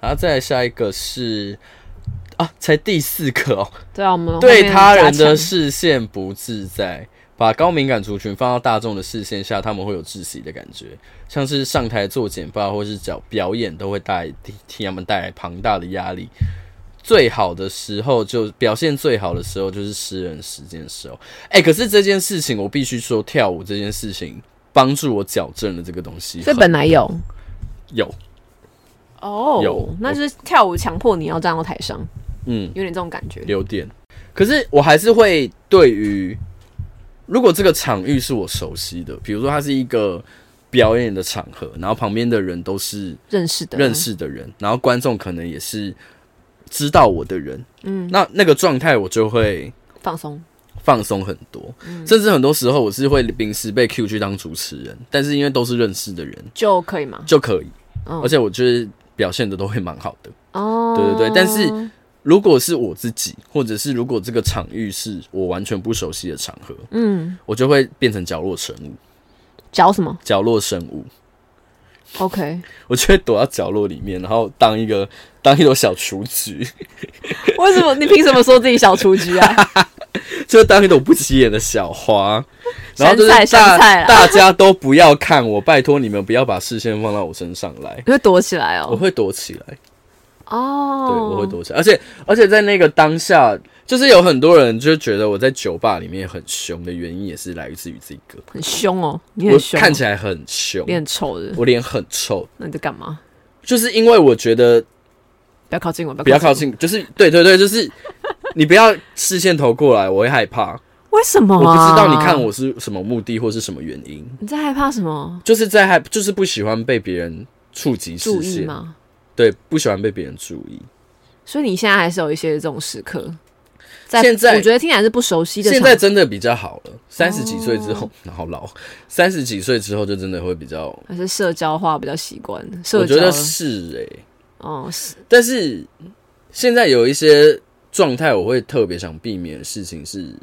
然后再来下一个是啊，才第四个哦，对啊，我们后对面他人加的强视线不自在，把高敏感族群放到大众的视线下，他们会有窒息的感觉，像是上台做简报或是表表演，都会带替替他们带来庞大的压力。最好的时候就表现最好的时候就是诗人时间的时候，哎、可是这件事情我必须说，跳舞这件事情帮助我矫正了这个东西，所以本来有有，哦有那就是跳舞强迫你要站到台上，嗯，有点这种感觉。有点，可是我还是会对于，如果这个场域是我熟悉的，比如说它是一个表演的场合，然后旁边的人都是认识的认，识的人，然后观众可能也是知道我的人，嗯，那那个状态我就会放松，放松很多，甚至很多时候我是会临时被 Q 去当主持人，但是因为都是认识的人就可以吗？就可以，嗯而且我就是表现的都会蛮好的。哦，对对对但是如果是我自己，或者是如果这个场域是我完全不熟悉的场合，嗯，我就会变成角落生物。嚼什么角落生物， ？OK，我就会躲到角落里面，然后当一个当一朵小雏菊， 为什么你凭什么说自己小雏菊啊？就当一朵不起眼的小花。然后就是大山菜山菜啦啊大家都不要看我，拜托你们不要把视线放到我身上来。 你会躲起来我哦？会躲起来，哦，对，我会。躲起来，而且而且在那个当下，就是有很多人就觉得我在酒吧里面很凶的原因，也是来自于这个。很凶哦，你我很凶哦，看起来很凶，脸很臭的，我脸很臭，那你在干嘛？就是因为我觉得不要靠近我，不不要要靠靠近，就是对对对，就是你不要视线投过来，我会害怕，我。为什么、我啊？不知道你看，我是什么目的或是什么原因，你在害怕什么？就是在害，就是不喜欢被别人触及视注意线，吗？对，不喜欢被别人注意。所以你现在还是有一些这种时刻。在现在我觉得听哦起来是不熟悉的场。现在真的比较好了，三十几岁之后， 然后老，三十几岁之后就真的会比较，还是社交化比较习惯，我社觉交得是欸诶、哦，是但是现在有一些状态，我会特别想避免的事情是，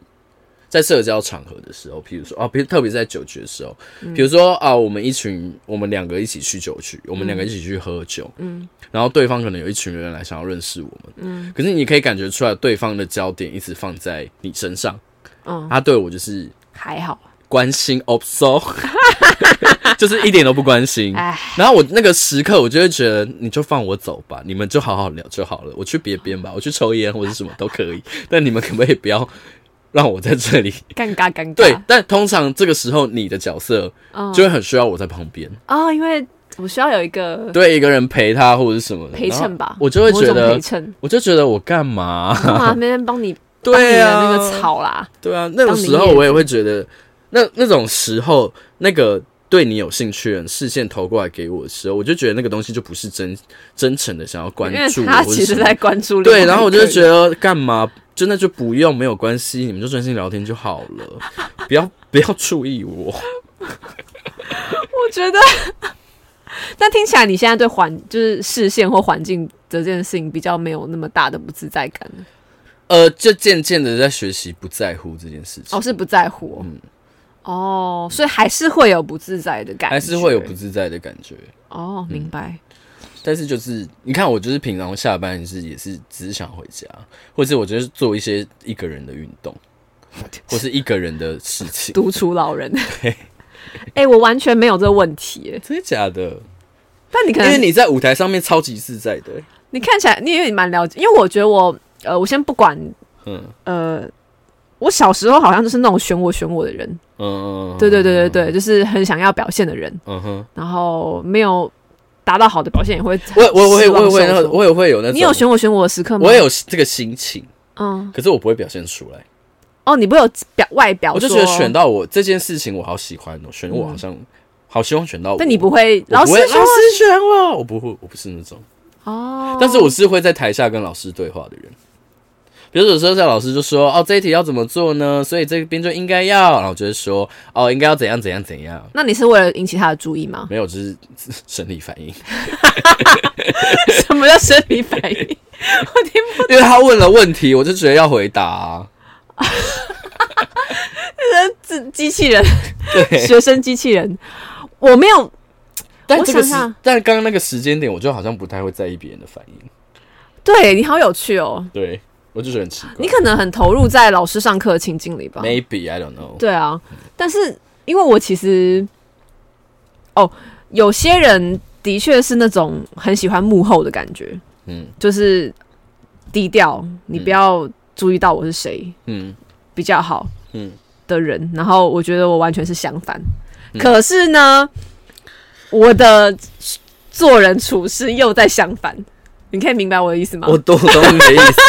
在社交场合的时候，譬如说啊，比如特别是在酒局的时候，比如说啊，我们一群，我们两个一起去酒局，我们两个一起去喝酒，嗯，然后对方可能有一群人来想要认识我们，嗯，可是你可以感觉出来，对方的焦点一直放在你身上，嗯他对我就是还好，关心 o b s o 就是一点都不关心。 哎，然后我那个时刻，我就会觉得你就放我走吧，你们就好好聊就好了，我去别边吧，我去抽烟或者什么都可以，但你们可不可以不要让我在这 里？尴尬尴尬。对，但通常这个时候你的角色嗯就会很需要我在旁边，哦，因为我需要有一个对一个人陪他或者是什么的陪衬然后吧，我就会某觉种得 陪，衬，我就觉得我干 嘛？干嘛没人帮你对啊，帮你的那个草啦？对啊，那种时候我也会觉得，那那种时候，那个对你有兴趣的人视线投过来给我的时候，我就觉得那个东西就不是真真诚的想要啊关因为注我他或其者什实么在关注另外一对，个然后我就觉人得干嘛，真的就不用，没有关系，你们就专心聊天就好了，不要不要注意我。我觉得， 但听起来你现在对环就是视线或环境这件事情比较没有那么大的不自在感呃，就渐渐的在学习不在乎这件事情，哦，是不在乎哦嗯哦，所以还是会有不自在的感觉，还是会有不自在嗯的感觉。哦，明白。但是就是你看，我就是平常下班是也是只是想回家，或者我就是做一些一个人的运动，或是一个人的事情。独处老 人。 哎、我完全没有这个问题耶，真的假的？但你可因能为你在舞台上面超级自在的、欸你看起来，你也蛮了解，因为我觉得我呃，我先不管嗯呃，我小时候好像就是那种选我选我的人，嗯，对对对对对，就是很想要表现的人，嗯哼，然后没有达到好的表现也会很我我我也失望我也会那受挫我也会有那种，你有选我选我的时刻吗？我也有这个心情，嗯可是我不会表现出来，哦，你不会有表外表，我就觉得选，到我这件事情我好喜欢哦，选我好像、好希望选到我，嗯但你哦不会我老不师会选老师选我，我不会，我不是那种。哦，但是我是会在台下跟老师对话的人。比如说有时候在老师就说哦这一题要怎么做呢？所以这边就应该要，然后我就会说哦应该要怎样怎样怎样。那你是为了引起他的注意吗？没有，就是生理反应， 什么叫生理反应？ 我听不因为他问了问题，我就觉得要回答、啊自机器人。对，学生机器人，我没有，但这个时想想，但刚刚那个时间点，我就好像不太会在意别人的反应。对你好有趣哦，对我就觉得很奇怪。你可能很投入在老师上课的情境里吧。 Maybe I don't know。对啊，但是因为我其实，哦，有些人的确是那种很喜欢幕后的感觉，嗯就是低调，你不要注意到我是谁嗯比较好嗯，的人。然后我觉得我完全是相反，嗯可是呢，我的做人处事又在相反。你可以明白我的意思 吗？我懂懂你的意 思，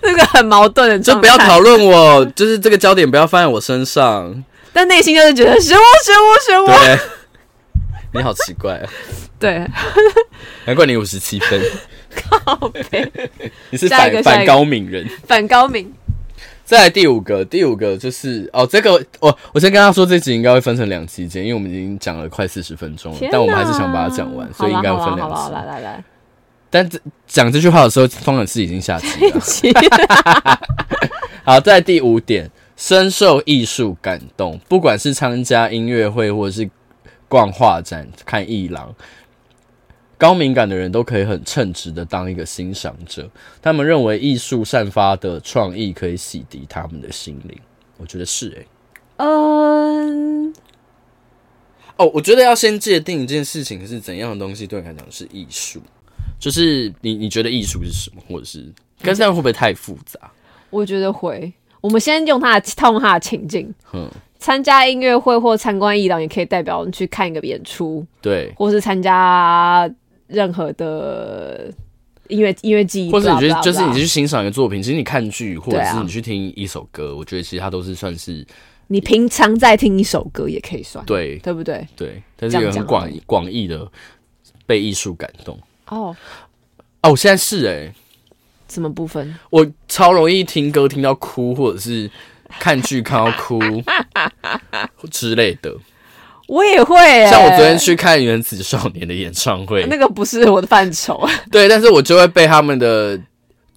这个很矛盾的，就不要讨。论我，就是这个焦点不要放在我身 上。但内心就是觉得选我，选我，选我。对，你好奇怪、啊，对，难怪你五十七分，靠北你是下一反个下一反个高敏人。反高明。再来第五个，第五个就是哦，这个我我先跟他说，这集应该会分成两期讲，因为我们已经讲了快四十分钟了天， 但我们还哪是想把它讲完，所以应该会分两好啦好啦好啦好啦期。来来但这讲这句话的时候，通常是已经下期 了。来，好，在第五点，深受艺术感动，不管是参加音乐会或者是逛画展、看艺廊，高敏感的人都可以很称职的当一个欣赏者。他们认为艺术散发的创意可以洗涤他们的心灵，我觉得是欸诶、嗯，哦，我觉得要先界定一件事情是怎样的东西对你来讲是艺术，就是你你觉得艺术是什么，或者是跟这样会不会太复杂？我觉得会。我们先用他的套用他的情境，嗯，参加音乐会或参观艺廊，也可以代表你去看一个演出，对，或是参加任何的音乐音乐季，或者你觉得 blah blah 就是你 blah 去欣赏一个作品，其实你看剧或者对啊是你去听一首歌，我觉得其实它都是算是你平常在听一首歌也可以算，对对不对？对，但是有这很样讲广好广义的被艺术感动。哦，哦，我现在是诶、什么部分？我超容易听歌听到哭，或者是看剧看到 哭之类的。我也会欸，像我昨天去看原子少年的演唱会，那个不是我的范畴， 对，但是我就会被他们的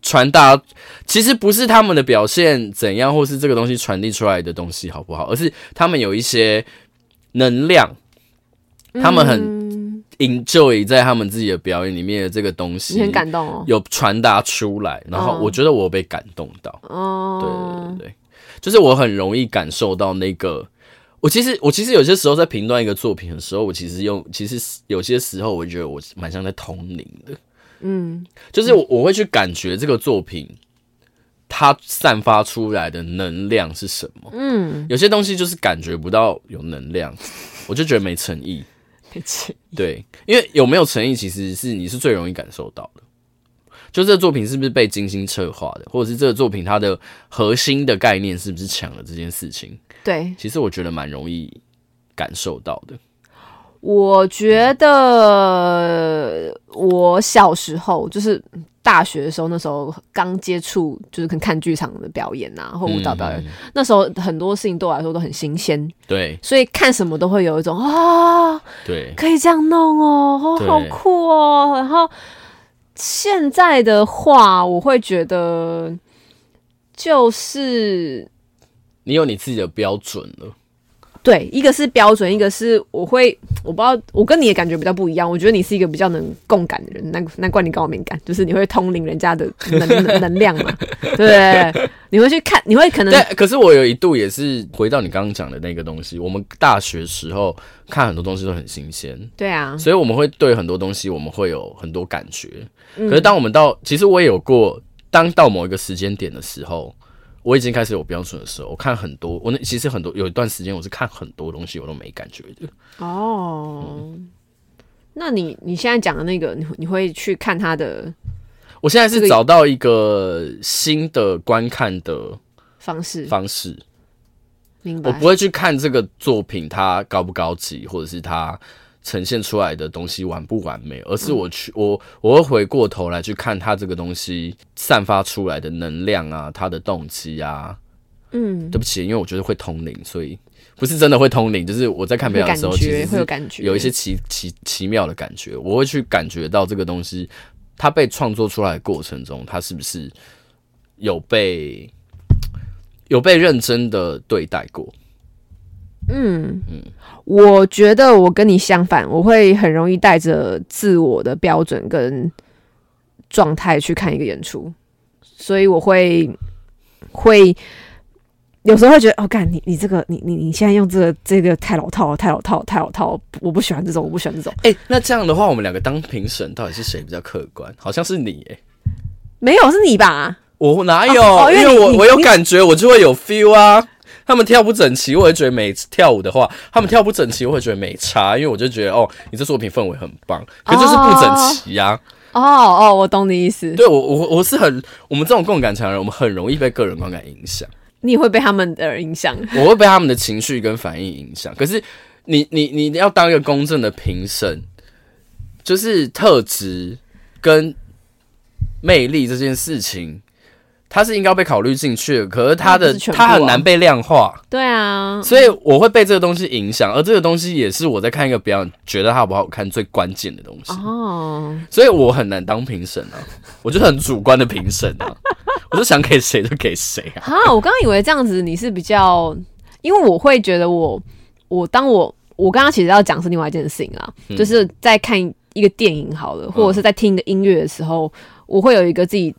传达，其实不是他们的表现怎样，或是这个东西传递出来的东西好不好，而是他们有一些能量，他们很嗯 enjoy 在他们自己的表演里面的这个东西， 你很感动哦，有传达出来，然后嗯我觉得我有被感动到，对哦，对对对，就是我很容易感受到那个。我其实我其实有些时候在评断一个作品的时候，我其实用其实有些时候我觉得我蛮像在通灵的，嗯，就是我我会去感觉这个作品它散发出来的能量是什么。嗯，有些东西就是感觉不到有能量，我就觉得没诚意。没错。对，因为有没有诚意，其实是你是最容易感受到的。就这个作品是不是被精心策划的，或者是这个作品它的核心的概念是不是强了这件事情，对，其实我觉得蛮容易感受到的。我觉得我小时候就是大学的时候，那时候刚接触就是可能看剧场的表演啊，或舞蹈表演，嗯那时候很多事情对我来说都很新鲜，对所以看什么都会有一种啊，对，可以这样弄哦，哦对好酷哦。然后现在的话，我会觉得就是你有你自己的标准了。对，一个是标准，一个是我会，我不知道，我跟你的感觉比较不一样。我觉得你是一个比较能共感的人，难难怪你跟我敏感，就是你会通灵人家的能能能量嘛，对不对？你会去看，你会可能但可是我有一度也是回到你刚刚讲的那个东西，我们大学时候看很多东西都很新鲜，对啊，所以我们会对很多东西我们会有很多感觉。嗯可是当我们到，其实我也有过，当到某一个时间点的时候，我已经开始有标准的时候，我看很多，我那其实很多有一段时间我是看很多东西我都没感觉的。哦，那你你现在讲的那个，你你会去看他的我现在这是个找到一个新的观看的方式，方式，明白？我不会去看这个作品它高不高级，或者是它呈现出来的东西完不完美，而是我嗯去我我会回过头来去看它这个东西散发出来的能量啊，它的动机啊。嗯，对不起，因为我觉得会通灵，所以不是真的会通灵，就是我在看会表演感的时候，其觉实会有是感觉，有一些奇奇奇妙的感觉，我会去感觉到这个东西它被创作出来的过程中，它是不是有被有被认真的对待过？嗯，我觉得我跟你相反，我会很容易带着自我的标准跟状态去看一个演出，所以我会会有时候会觉得，哦，干你你这个你你你现在用这个这个太老套了，太老套了，太老套了，我不喜欢这种，我不喜欢这种。哎、那这样的话，我们两个当评审到底是谁比较客观？好像是你、哎，没有是你吧？我哪有？哦哦因因为为你我你我有你感觉，我就会有 feel 啊。他们跳不整齐，我会觉得没跳舞的话，他们跳不整齐，我会觉得没差，因为我就觉得哦，你这作品氛围很棒，可就是不整齐呀、啊。哦哦，我懂你意思，对我我我是很，我们这种共感强的人，我们很容易被个人观感影响。你也会被他们的影响。我会被他们的情绪跟反应影响。可是你你你要当一个公正的评审，就是特质跟魅力这件事情，它是应该被考虑进去的。可是它那的、不是全部啊它很难被量化，对啊，所以我会被这个东西影响，而这个东西也是我在看一个表演，觉得它好不好看最关键的东西。哦，所以我很难当评审啊，我就是很主观的评审啊，我就想给谁就给谁啊。哈，我刚刚以为这样子你是比较，因为我会觉得我我当我我刚刚其实要讲是另外一件事情啦，就是在看一个电影好了，或者是在听一个音乐的时候，我会有一个自己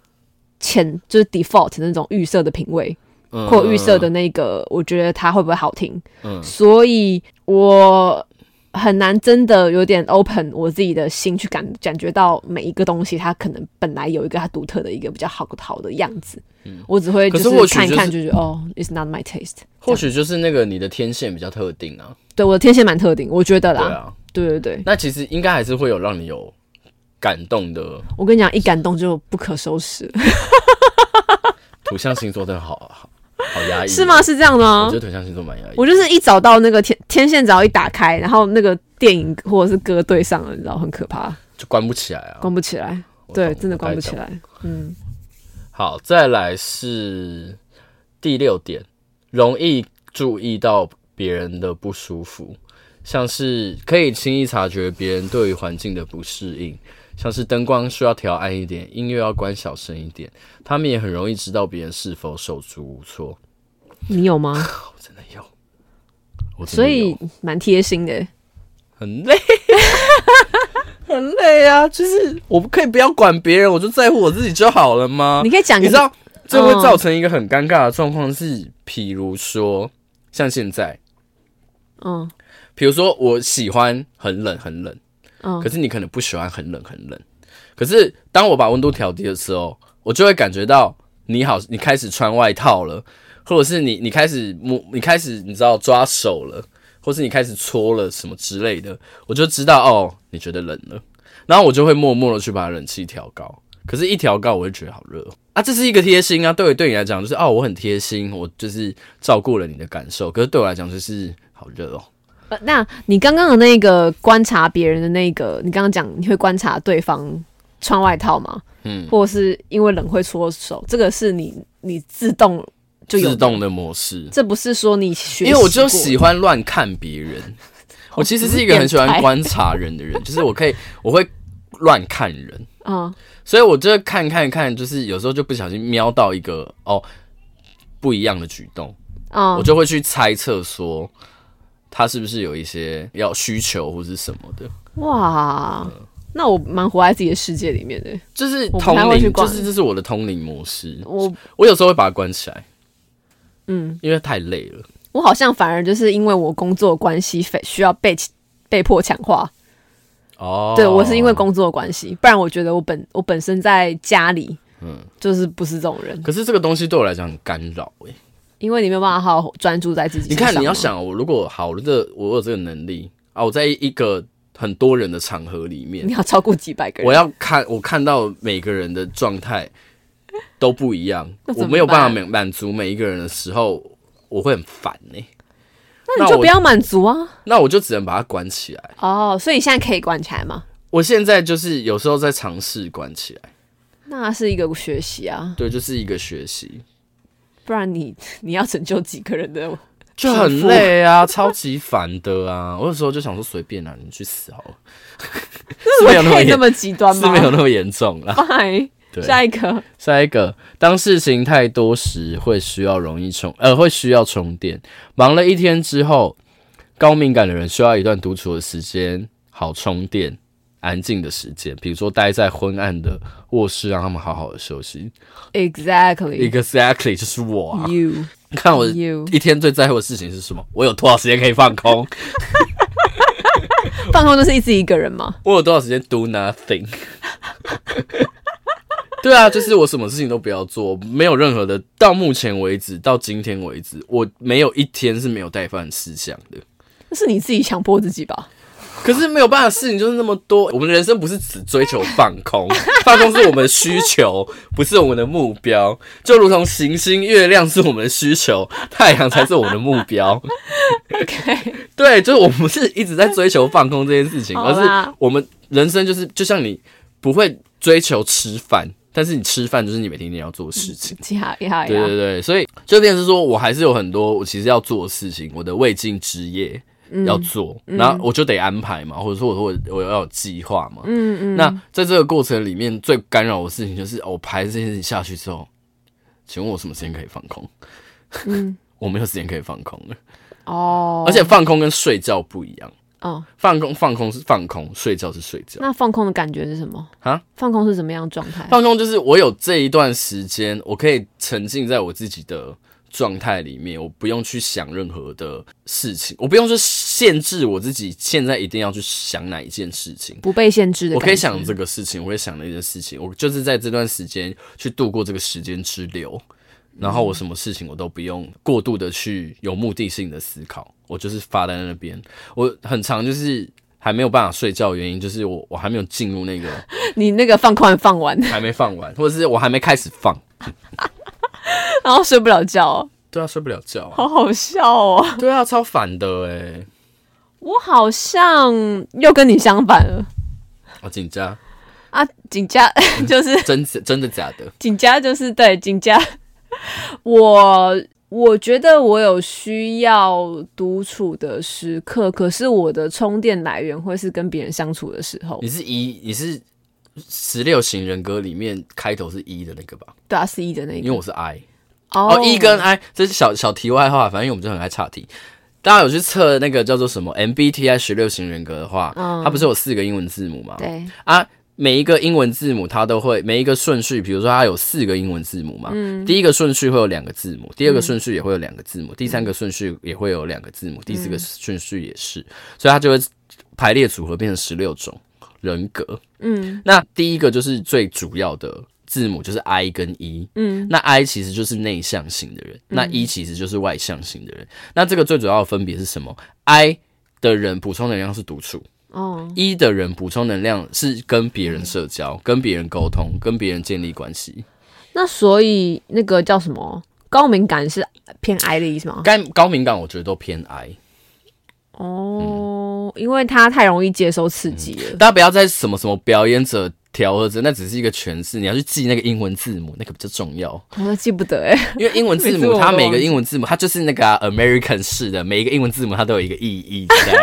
前就是 default 那种预设的品味，嗯或预设的那个，我觉得它会不会好听，嗯所以我很难真的有点 open 我自己的心去感感觉到每一个东西，它可能本来有一个它独特的一个比较好好的样子，我只会就嗯可是或许看一看就就觉得哦，it's not my taste。或许就是那个你的天线比较特定啊，对我的天线蛮特定，我觉得对啦，啊，对对对，那其实应该还是会有让你有感动的我跟你讲，一感动就不可收拾，嗯土象星座，真的好好好压抑，是吗？？是这样我吗觉？得土象星座蛮压抑的，我就是一找到那个天天线，只要一打开，然后那个电影或者是歌对上了，你知道很可怕，就关不起来啊，关不起来。我对，懂真的关不起。我来。嗯，太懂好，再来是第六点，容易注意到别人的不舒服，像是可以轻易察觉别人对于环境的不适应。像是灯光需要调暗一点，音乐要关小声一点，他们也很容易知道别人是否手足无措。你有吗？我真的有， 我真所的以有蛮贴心的。很累，哦很累啊！就是我可以不要管别人，我就在乎我自己就好了吗？ 你可以讲，你知，道这会造成一个很尴尬的状况是，比如说像现在，嗯比如说我喜欢很冷很冷，嗯可是你可能不喜欢很冷很冷，可是当我把温度调低的时候，我就会感觉到你好，你开始穿外套了，或者是你你开始摸，你开始你知道抓手了，或是你开始搓了什么之类的，我就知道哦，你觉得冷了，然后我就会默默的去把冷气调高，可是一调高我就觉得好热啊，这是一个贴心啊，对对你来讲就是哦，我很贴心，我就是照顾了你的感受，可是对我来讲就是好热哦，呃那你刚刚的那个观察别人的那个，你刚刚讲你会观察对方穿外套吗？嗯，或者是因为冷会搓手，这个是你你自动就有的自，动的模式，这不是说你学，因为我就喜，欢乱看别人。 我其实是一个很喜欢观察人的人，就是我可以，我会乱看人，嗯所以我就看看看，就是有时候就不小心瞄到一个哦不一样的举动，嗯，我就会去猜测说他是不是有一些要需求或是什么的，哇，那我蛮活在自己的世界里面的，就是我不太通会去灵，管就是这是我的通灵模式。我我有时候会把它关起来，嗯，因为太累了。我好像反而就是因为我工作关系，非需要被被迫强化，哦，对我是因为工作关系，不然我觉得我本我本身在家里，嗯嗯，就是不是这种人，可是这个东西对我来讲很干扰欸诶、因为你没有办法好好专注在自己你身上嘛。看，你要想，哦我如果好，我这我有这个能力啊，我在一个很多人的场合里面你，要照顾几百个人，我要看我看到每个人的状态都不一样， 那怎我么没有办法办满满足每一个人的时候，我会很烦呢、那你那就我不要满足啊。那我就只能把它关起来。哦，所以你现在可以关起来吗？我现在就是有时候在尝试关起来，那是一个学习啊，对，就是一个学习，不然你你要拯救几个人的，就很累啊，超级烦的啊。我有时候就想说随便啦、你去死好了， 是没有那么可以这严，么极端吗？是没有那么严重啦。拜对。下一个，下一个，当事情太多时，会需要容易充，呃，会需要充电。忙了一天之后，高敏感的人需要一段独处的时间，好充电、安静的时间，比如说待在昏暗的卧室，让他们好好的休息。 Exactly. Exactly，就是我啊！ You. 看我 you 一天最在乎的事情是什么？我有多少时间可以放空？放空就是一自己一个人嘛。我有多少时间 do nothing？对啊，就是我什么事情都不要做，没有任何的。到目前为止，到今天为止，我没有一天是没有带饭吃香的。那是你自己强迫自己吧？ 可是没有办法，事情就是那么多。我们的人生不是只追求放空， 放空是我们的需求，不是我们的目标。就如同行星、月亮是我们的需求，太阳才是我们的目标。 OK，对，就是我们不是一直在追求放空这件事情， 好而啦是我们人生就是就像你不会追求吃饭，但是你吃饭就是你每天一定要做的事情。呀呀对对呀！对，所以就变成是说我还是有很多我其实要做的事情，我的未尽之业嗯要做，然后我就得安排嘛，或者说我说我我要有计划嘛。嗯嗯，那在这个过程里面，最干扰我的事情就是，哦我排这件事情下去之后，请问我什么时间可以放空？嗯， 我没有时间可以放空了，哦，而且放空跟睡觉不一样。哦，放空，放空是放空，睡觉是睡觉。那放空的感觉是什么？啊，放空是怎么样的状态？放空就是我有这一段时间，我可以沉浸在我自己的状态里面，我不用去想任何的事情，我不用去限制我自己，现在一定要去想哪一件事情。不被限制的，我可以想，这个事情，我可以想那件事情，我就是在这段时间去度过这个时间之流，然嗯后我什么事情我都不用过度的去有目的性的思考，我就是发在那边。我很常就是还没有办法睡觉，的原因就是我我还没有进入那个你那个放宽放完，还没放完，或者是我还没开始放。然后睡不了觉 哦，对啊，睡不了觉啊。好好笑哦。对啊，超烦的哎、我好像又跟你相反了我紧张，啊！景佳 就是真真的假的？景佳就是对景佳，我我觉得我有需要独处的时刻，可是我的充电来源会是跟别人相处的时候你。是一，你是十六型人格里面开头是一的那个吧？对啊，是一的那一因个为我是 I。哦哦，E 跟 I，这是小小题外话，反正我们就很爱岔题。大家有去测那个叫做什么 MBTI 十六型人格的话，嗯它不是有四个英文字母吗？对啊，每一个英文字母它都会每一个顺序，比如说它有四个英文字母嘛，嗯第一个顺序会有两个字母，第二个顺序也会有两个字母，第三个顺序也会有两个字母，第四个嗯顺序也是，所以它就会排列组合变成十六种人格。嗯那第一个就是最主要的字母就是 I 跟 E，嗯，那 I 其实就是内向型的人，那 E 其实就是外向型的人。那这个最主要的分别是什么？I 的人补充能量是独处哦，E 的人补充能量是跟别人社交、跟别人沟通、跟别人建立关系。那所以那个叫什么高敏感是偏 I 的意思吗？该高敏感我觉得都偏 I，哦，因为他太容易接收刺激了。大家不要再什么什么表演者、调和者，那只是一个诠释，你要去记那个英文字母，那个比较重要。我都记不得哎、 因为英文字每次母，我都它每忘个记英文字母，它就是那个啊、American 式的，每一个英文字母它都有一个意义在，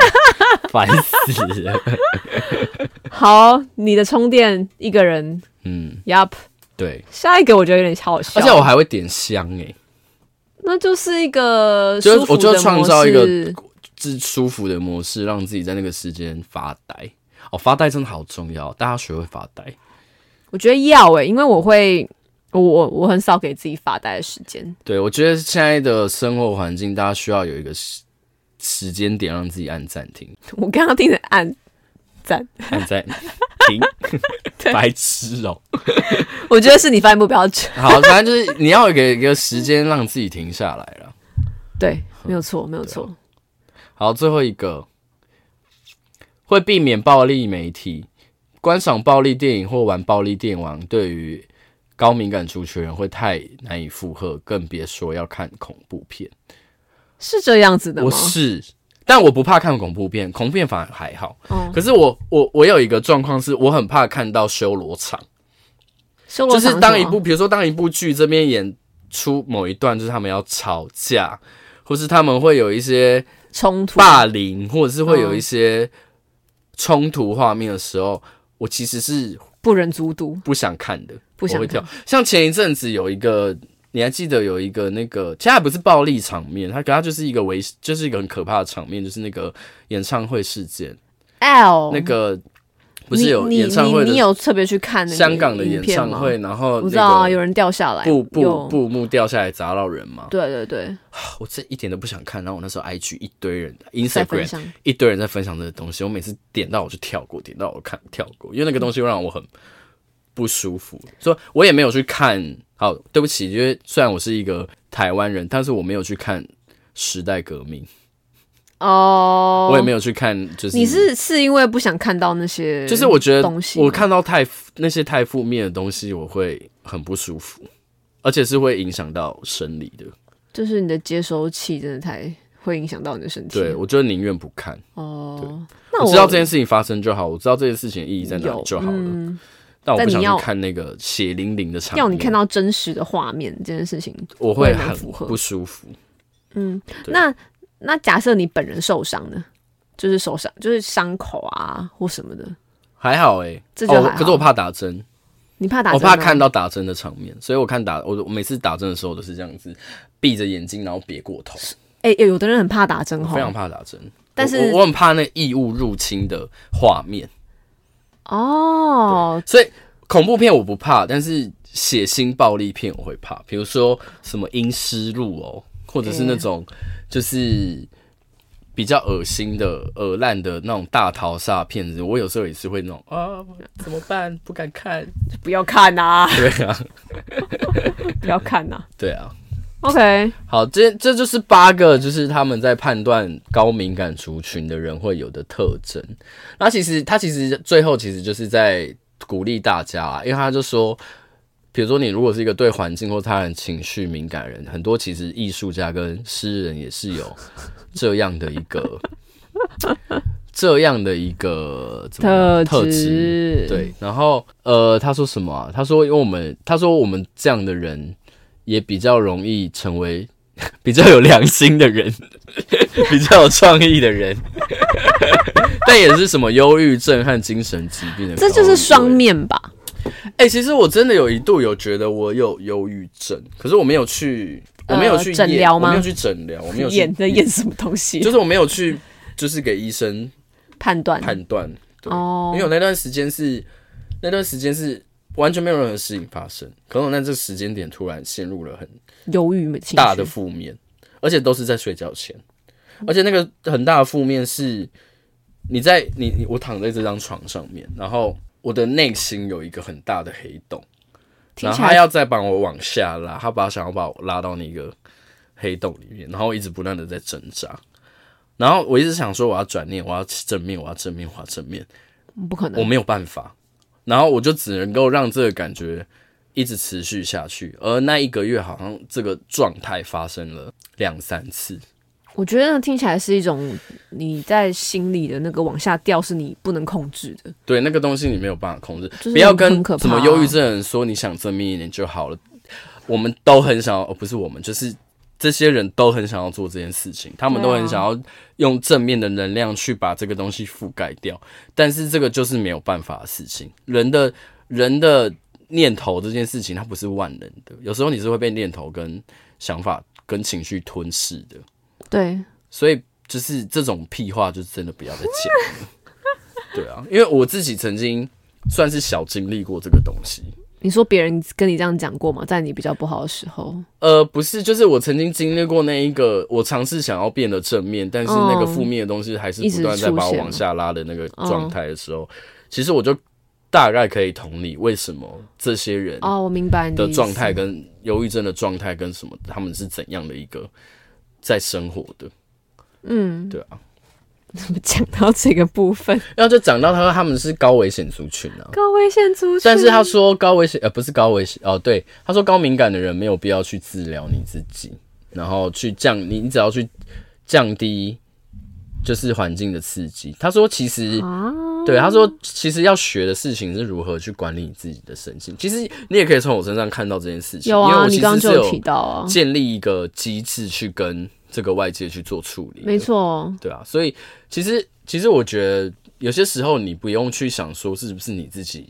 烦死了。 好，你的充电一个人嗯， ，Yup。对。下一个我觉得有点好笑，而且我还会点香欸诶、那就是一个就是舒服我就的创模造一个式是舒服的模式，让自己在那个时间发呆。哦，发呆真的好重要，大家学会发呆。我觉得要欸诶、因为我会，我我我很少给自己发呆的时间。 对我觉得现在的生活环境，大家需要有一个时时间点让自己按暂停，我刚刚听着按赞，按暂停，白痴哦、我觉得是你发现目标准，好，反正就是你要有一个一个时间让自己停下来了。对，没有错，没有错。啊好，最后一个会避免暴力媒体，观赏暴力电影或玩暴力电玩，对于高敏感族群人会太难以负荷，更别说要看恐怖片。是这样子的吗我？是，但我不怕看恐怖片，恐怖片反而还好。嗯，可是我我我有一个状况是，我很怕看到修罗场，修罗就场是什当一么部，比如说当一部剧这边演出某一段，就是他们要吵架，或是他们会有一些冲突，嗯霸凌，或者是会有一些冲突画面的时候，我其实是不忍卒读，不想看的，不想我会看跳。像前一阵子有一个，你还记得有一个那个，其实它不是暴力场面，它可它就是一个危，就是一个很可怕的场面，就是那个演唱会事件， L 那个不是有哦你演唱会你你的你有特别去看那个香港的演影片唱吗会，？然后我那知道啊，有个人掉下来，布有布布幕掉下来砸到人嘛，对对对，我这一点都不想看。然后我那时候 IG 一堆人在分，Instagram 享一堆人在分享这个东西，我每次点到我就跳过，点到我就看跳过，因为那个东西会让我很不舒服，所以我也没有去看。好，对不起，因为虽然我是一个台湾人，但是我没有去看《时代革命》哦。我也没有去看，就是你是是因为不想看到那些，就是我觉得东西吗我看到太那些太负面的东西，我会很不舒服，而且是会影响到生理的。就是你的接收器真的太会影响到你的身体。对，我就宁愿不看。哦，那我知道这件事情发生就好，我知道这件事情的意义在哪有就好了。嗯但我但不想你要去看那个血淋淋的场面，要你看到真实的画面这件事情，我会会很很符合不舒服。嗯，对那那假设你本人受伤呢，就是受伤，就是伤口啊或什么的，还好哎、这就哦还，好可是我怕打针，你怕打我针吗？怕看到打针的场面，所以我看打我我每次打针的时候都是这样子，闭着眼睛然后别过头，哎、欸有的人很怕打针我哈非，常怕打针。但我是我我很怕那异物入侵的画面，哦，所以恐怖片我不怕，但是血腥暴力片我会怕，比如说什么阴尸路哦，或者是那种就是比较恶心的、恶烂的那种大逃杀片子，我有时候也是会那种啊，怎么办？不敢看。不要看呐、 对啊，不要看呐、对啊。 OK，好，这这就是八个，就是他们在判断高敏感族群的人会有的特征。那其实他其实最后其实就是在鼓励大家啊，因为他就说，比如说你如果是一个对环境或他人情绪敏感的人，很多其实艺术家跟诗人也是有这样的一 个这样的一个怎么样特质。质，对，然后呃，他说什么啊？他说，因为我们他说我们这样的人也比较容易成为 比较有良心的人， 比较有创意的人， 但也是什么忧郁症和精神疾病的高这危，就是双面吧？哎、其实我真的有一度有觉得我有忧郁症，可是我没有去，我没有呃去诊验疗我吗没有去诊疗，我没有去 演在演什么东西？就是我没有去，就是给医生判断判断。对，哦因为我那段时间是那段时间是完全没有任何事情发生，可能我在这个时间点突然陷入了很忧郁情绪大的负面，而且都是在睡觉前，而且那个很大的负面是你在你你我躺在这张床上面，然后我的内心有一个很大的黑洞，听然起后他来要再把我往下拉，他把想要把我拉到那个黑洞里面，然后一直不断的在挣扎。然后我一直想说我要转念，我要正面，我要正面，我要正面，不可能我。没有办法，然后我就只能够让这个感觉一直持续下去。而那一个月好像这个状态发生了两三次，我觉得听起来是一种你在心里的那个往下掉，是你不能控制的。对那个东西你没有办法控制。就是不要很跟可怕什啊么忧郁症的人说你想正面一点就好了，我们都很想要，哦，不是我们，就是这些人都很想要做这件事情，他们对都啊很想要用正面的能量去把这个东西覆盖掉，但是这个就是没有办法的事情。人的人的念头这件事情，它不是万能的，有时候你是会被念头跟想法跟情绪吞噬的，对，所以就是这种屁话，就真的不要再讲了。 对啊，因为我自己曾经算是小经历过这个东西，你说别人跟你这样讲过吗？在你比较不好的时候，呃，不是，就是我曾经经历过那一个，我尝试想要变得正面，但是那个嗯负面的东西还是一不直断在出把我现往了下拉的那个嗯状态的时候，其实我就大概可以同理为什么这些人哦，我明白你的意思状态跟忧郁症的状态跟什么，他们是怎样的一个在生活的，嗯，对啊，怎么 讲到这个部分？然后就讲到他说他们是高危险族群啊，高危险族群，但是他说高危险呃不是高危险哦，对，他说高敏感的人没有必要去治疗你自己，然后去降你你只要去降低就是环境的刺激。他说其实啊，对他说其实要学的事情是如何去管理你自己的身心。其实你也可以从我身上看到这件事情，有因为啊，我你其刚实刚就是有提有到啊，建立一个机制去跟这个外界去做处理的。没错，对啊，所以其实其实我觉得有些时候你不用去想说是不是你自己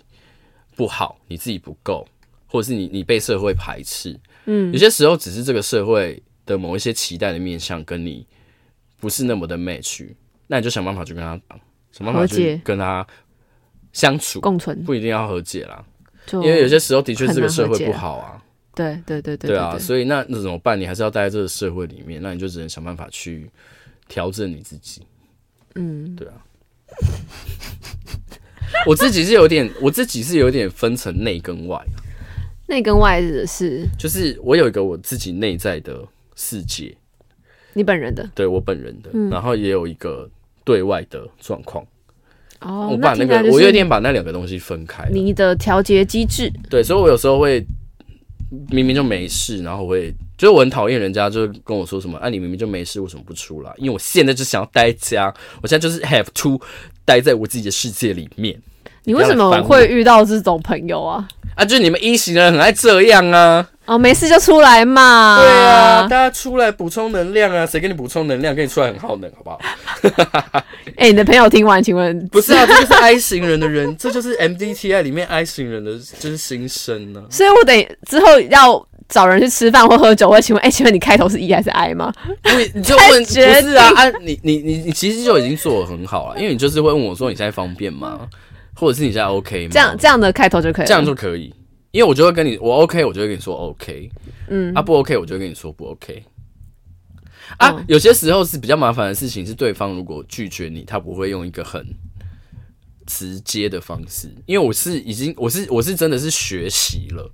不好，你自己不够，或者是你你被社会排斥，嗯有些时候只是这个社会的某一些期待的面向跟你不是那么的 match，那你就想办法去跟他想办法和去解跟他相处，共存，不一定要和解啦，就因为有些时候的确这个社很难和会解啊不好啊，对对对对对啊，所以那那怎么办？你还是要待在这个社会里面，那你就只能想办法去调整你自己。嗯，对啊。 我自己是有点，我自己是有点分成内跟外，内跟外是就是我有一个我自己内在的世界，你本人的对我本人的，嗯然后也有一个对外的状况。哦，我把那听起个来，就是我有点把那两个东西分开了。你的调节机制，对，所以我有时候会明明就没事，然后我会就是我很讨厌人家就是跟我说什么，啊，你明明就没事，为什么不出来？因为我现在就想要待家，我现在就是 have to 待在我自己的世界里面你为什不要来烦么我会遇到这种朋友啊？啊！就是你们一行人很爱这样啊，哦，没事就出来嘛，对啊，大，家出来补充能量啊，谁给你补充能量？跟你出来很耗能，好不好？哎、你的朋友听完，请问不是啊，这就是 I 型人的人，这就是 MBTI 里面 I 型人的就是啊心声呢、所以我得之后要找人去吃饭或喝酒，我会请问，哎、请问你开头是 E 还是 I 吗？因为你就问，不太决是啊啊，你你你你其实就已经做的很好了，因为你就是会问我说你现在方便吗，或者是你现在 OK 吗？这样这样的开头就可以嗯了，这样就可以，因为我就会跟你我 OK，我就会跟你说 OK，嗯啊不 OK，我就会跟你说不 OK。啊，嗯有些时候是比较麻烦的事情，是对方如果拒绝你，他不会用一个很直接的方式，因为我是已经我是我是真的是学习了，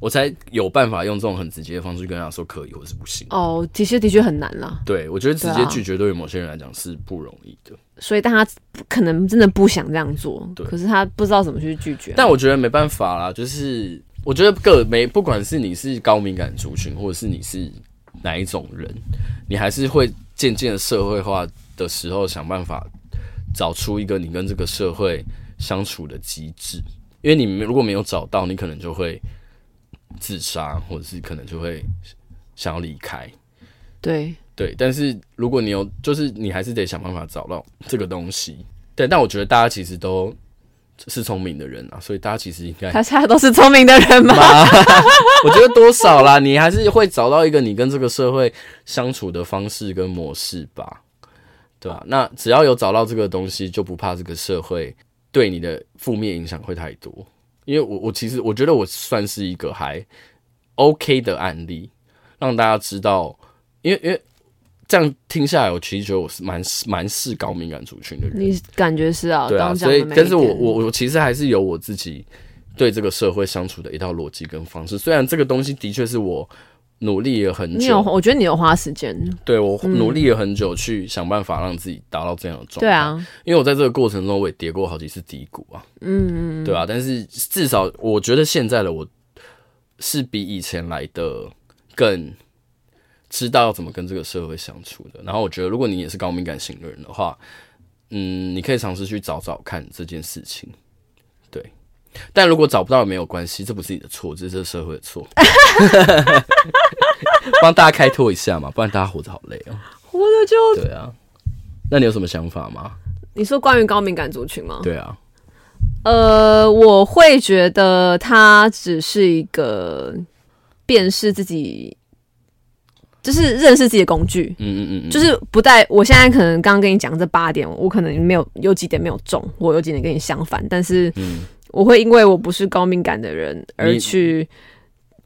我才有办法用这种很直接的方式跟他说可以或是不行。哦，的确的确很难啦，对，我觉得直对接啊拒绝对于某些人来讲是不容易的，所以但他不可能真的不想这样做，对可是他不知道怎么去拒绝。但我觉得没办法啦，就是我觉得个没，不管是你是高敏感族群，或者是你是哪一种人，你还是会渐渐的社会化的时候，想办法找出一个你跟这个社会相处的机制，因为你没如果没有找到，你可能就会自杀，或者是可能就会想要离开。对，对，但是如果你有，就是你还是得想办法找到这个东西。对，但我觉得大家其实都是聪明的人啊，所以大家其实应该，大家都是聪明的人嘛， 我觉得多少啦，你还是会找到一个你跟这个社会相处的方式跟模式吧，对吧、那只要有找到这个东西，就不怕这个社会对你的负面影响会太多。因为我我其实我觉得我算是一个还 OK 的案例，让大家知道，因为因为这样听下来，我其实觉得我是蛮蛮是高敏感族群的人，你感觉是啊，对啊，刚刚讲所的以每一但是我点我我其实还是有我自己对这个社会相处的一套逻辑跟方式，虽然这个东西的确是我努力了很你有，久，我觉得你有花时间，对我努力了很久去想办法让自己达到这样的状态，对，啊，因为我在这个过程中我也跌过好几次低谷啊，嗯，嗯对啊，但是至少我觉得现在的我是比以前来的更知道要怎么跟这个社会相处的。然后我觉得，如果你也是高敏感型的人的话，嗯，你可以尝试去找找看这件事情。对，但如果找不到也没有关系，这不是你的错，这是这个社会的错。 帮大家开拓一下嘛，不然大家活着好累哦。活的就对啊，那你有什么想法吗？你说关于高敏感族群吗？对啊，呃，我会觉得他只是一个辨识自己，就是认识自己的工具。嗯嗯嗯嗯，就是不带，我现在可能刚刚跟你讲这八点，我可能没有有几点没有中，我有几点跟你相反，但是嗯我会因为我不是高敏感的人而你去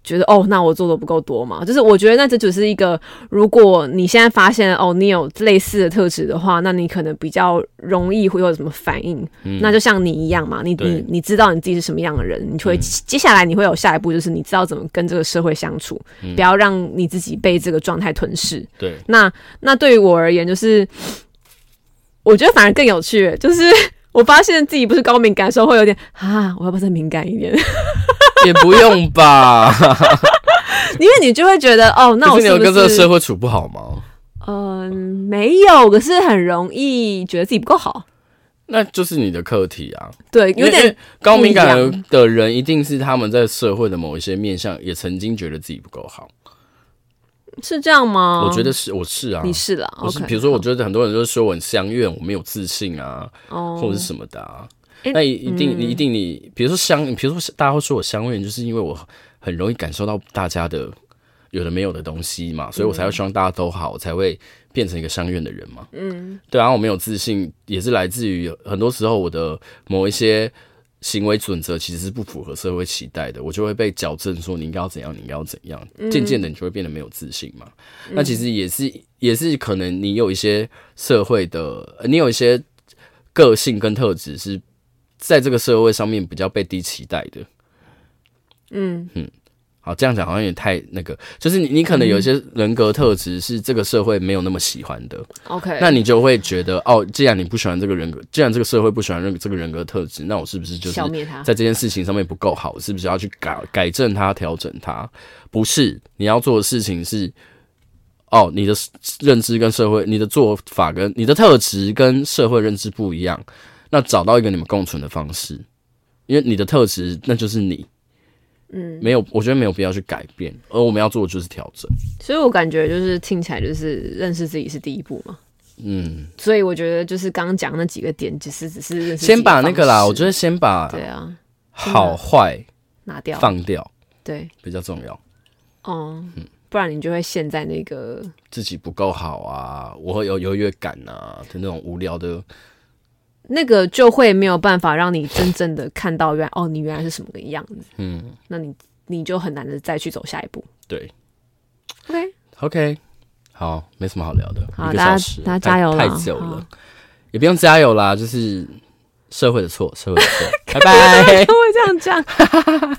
觉得哦，那我做的不够多嘛？就是我觉得那这只是一个，如果你现在发现哦，你有类似的特质的话，那你可能比较容易会有什么反应，嗯那就像你一样嘛，你对你你知道你自己是什么样的人，你就会、嗯接下来你会有下一步，就是你知道怎么跟这个社会相处，嗯不要让你自己被这个状态吞噬。对，那那对于我而言，就是我觉得反而更有趣，就是我发现自己不是高敏感的时候，会有点啊，我要不要再敏感一点？ 也不用吧。因为你就会觉得哦， 那可我是你是有不跟这个社是？会处不好吗？嗯、没有，可是很容易觉得自己不够好，那就是你的课题啊。对，有因为因点为高敏不一感的人，一定是他们在社会的某一些面向也曾经觉得自己不够好。是这样吗？我觉得是，我是啊。哦你是啦我是， OK，比如说，我好觉得很多人就是说我很相怨，我没有自信啊，哦或者是什么的啊。诶嗯那一一定一定你，比如说香，比如说大家会说我香味，就是因为我很容易感受到大家的有的没有的东西嘛，所以我才会希望大家都好，我才会变成一个香院的人嘛。嗯，对啊，然后我没有自信，也是来自于很多时候我的某一些行为准则其实是不符合社会期待的，我就会被矫正说你应该要怎样，你应该要怎样，渐渐的你就会变得没有自信嘛。那其实也是也是可能你有一些社会的，呃你有一些个性跟特质是在这个社会上面比较被低期待的。嗯好，这样讲好像也太那个，就是你你可能有一些人格特质是这个社会没有那么喜欢的， ，OK，那你就会觉得哦，既然你不喜欢这个人格，既然这个社会不喜欢这个这个人格特质，那我是不是就是消灭它在这件事情上面不够好？是不是要去改改正它、调整它？不是，你要做的事情是，哦，你的 s- 认知跟社会、你的做法跟你的特质跟社会认知不一样，那找到一个你们共存的方式，因为你的特质那就是你。嗯，没有，我觉得没有必要去改变，而我们要做的就是调整。所以我感觉就是听起来就是认识自己是第一步嘛。嗯，所以我觉得就是刚刚讲那几个点，只是只是认识自己的先把那个啦，方式我觉得先把对啊，好坏拿掉放掉对，比较重要。哦、不然你就会陷在那个自己不够好啊，我会有优越感啊的那种无聊的，那个就会没有办法让你真正的看到原来哦，你原来是什么个样子。嗯，那你你就很难的再去走下一步。对 OK， ，OK，好，没什么好聊的，好一个大家小时，大家太加油啦太久好了，也不用加油 啦，就是社会的错，社会的错，拜拜。都会这样讲。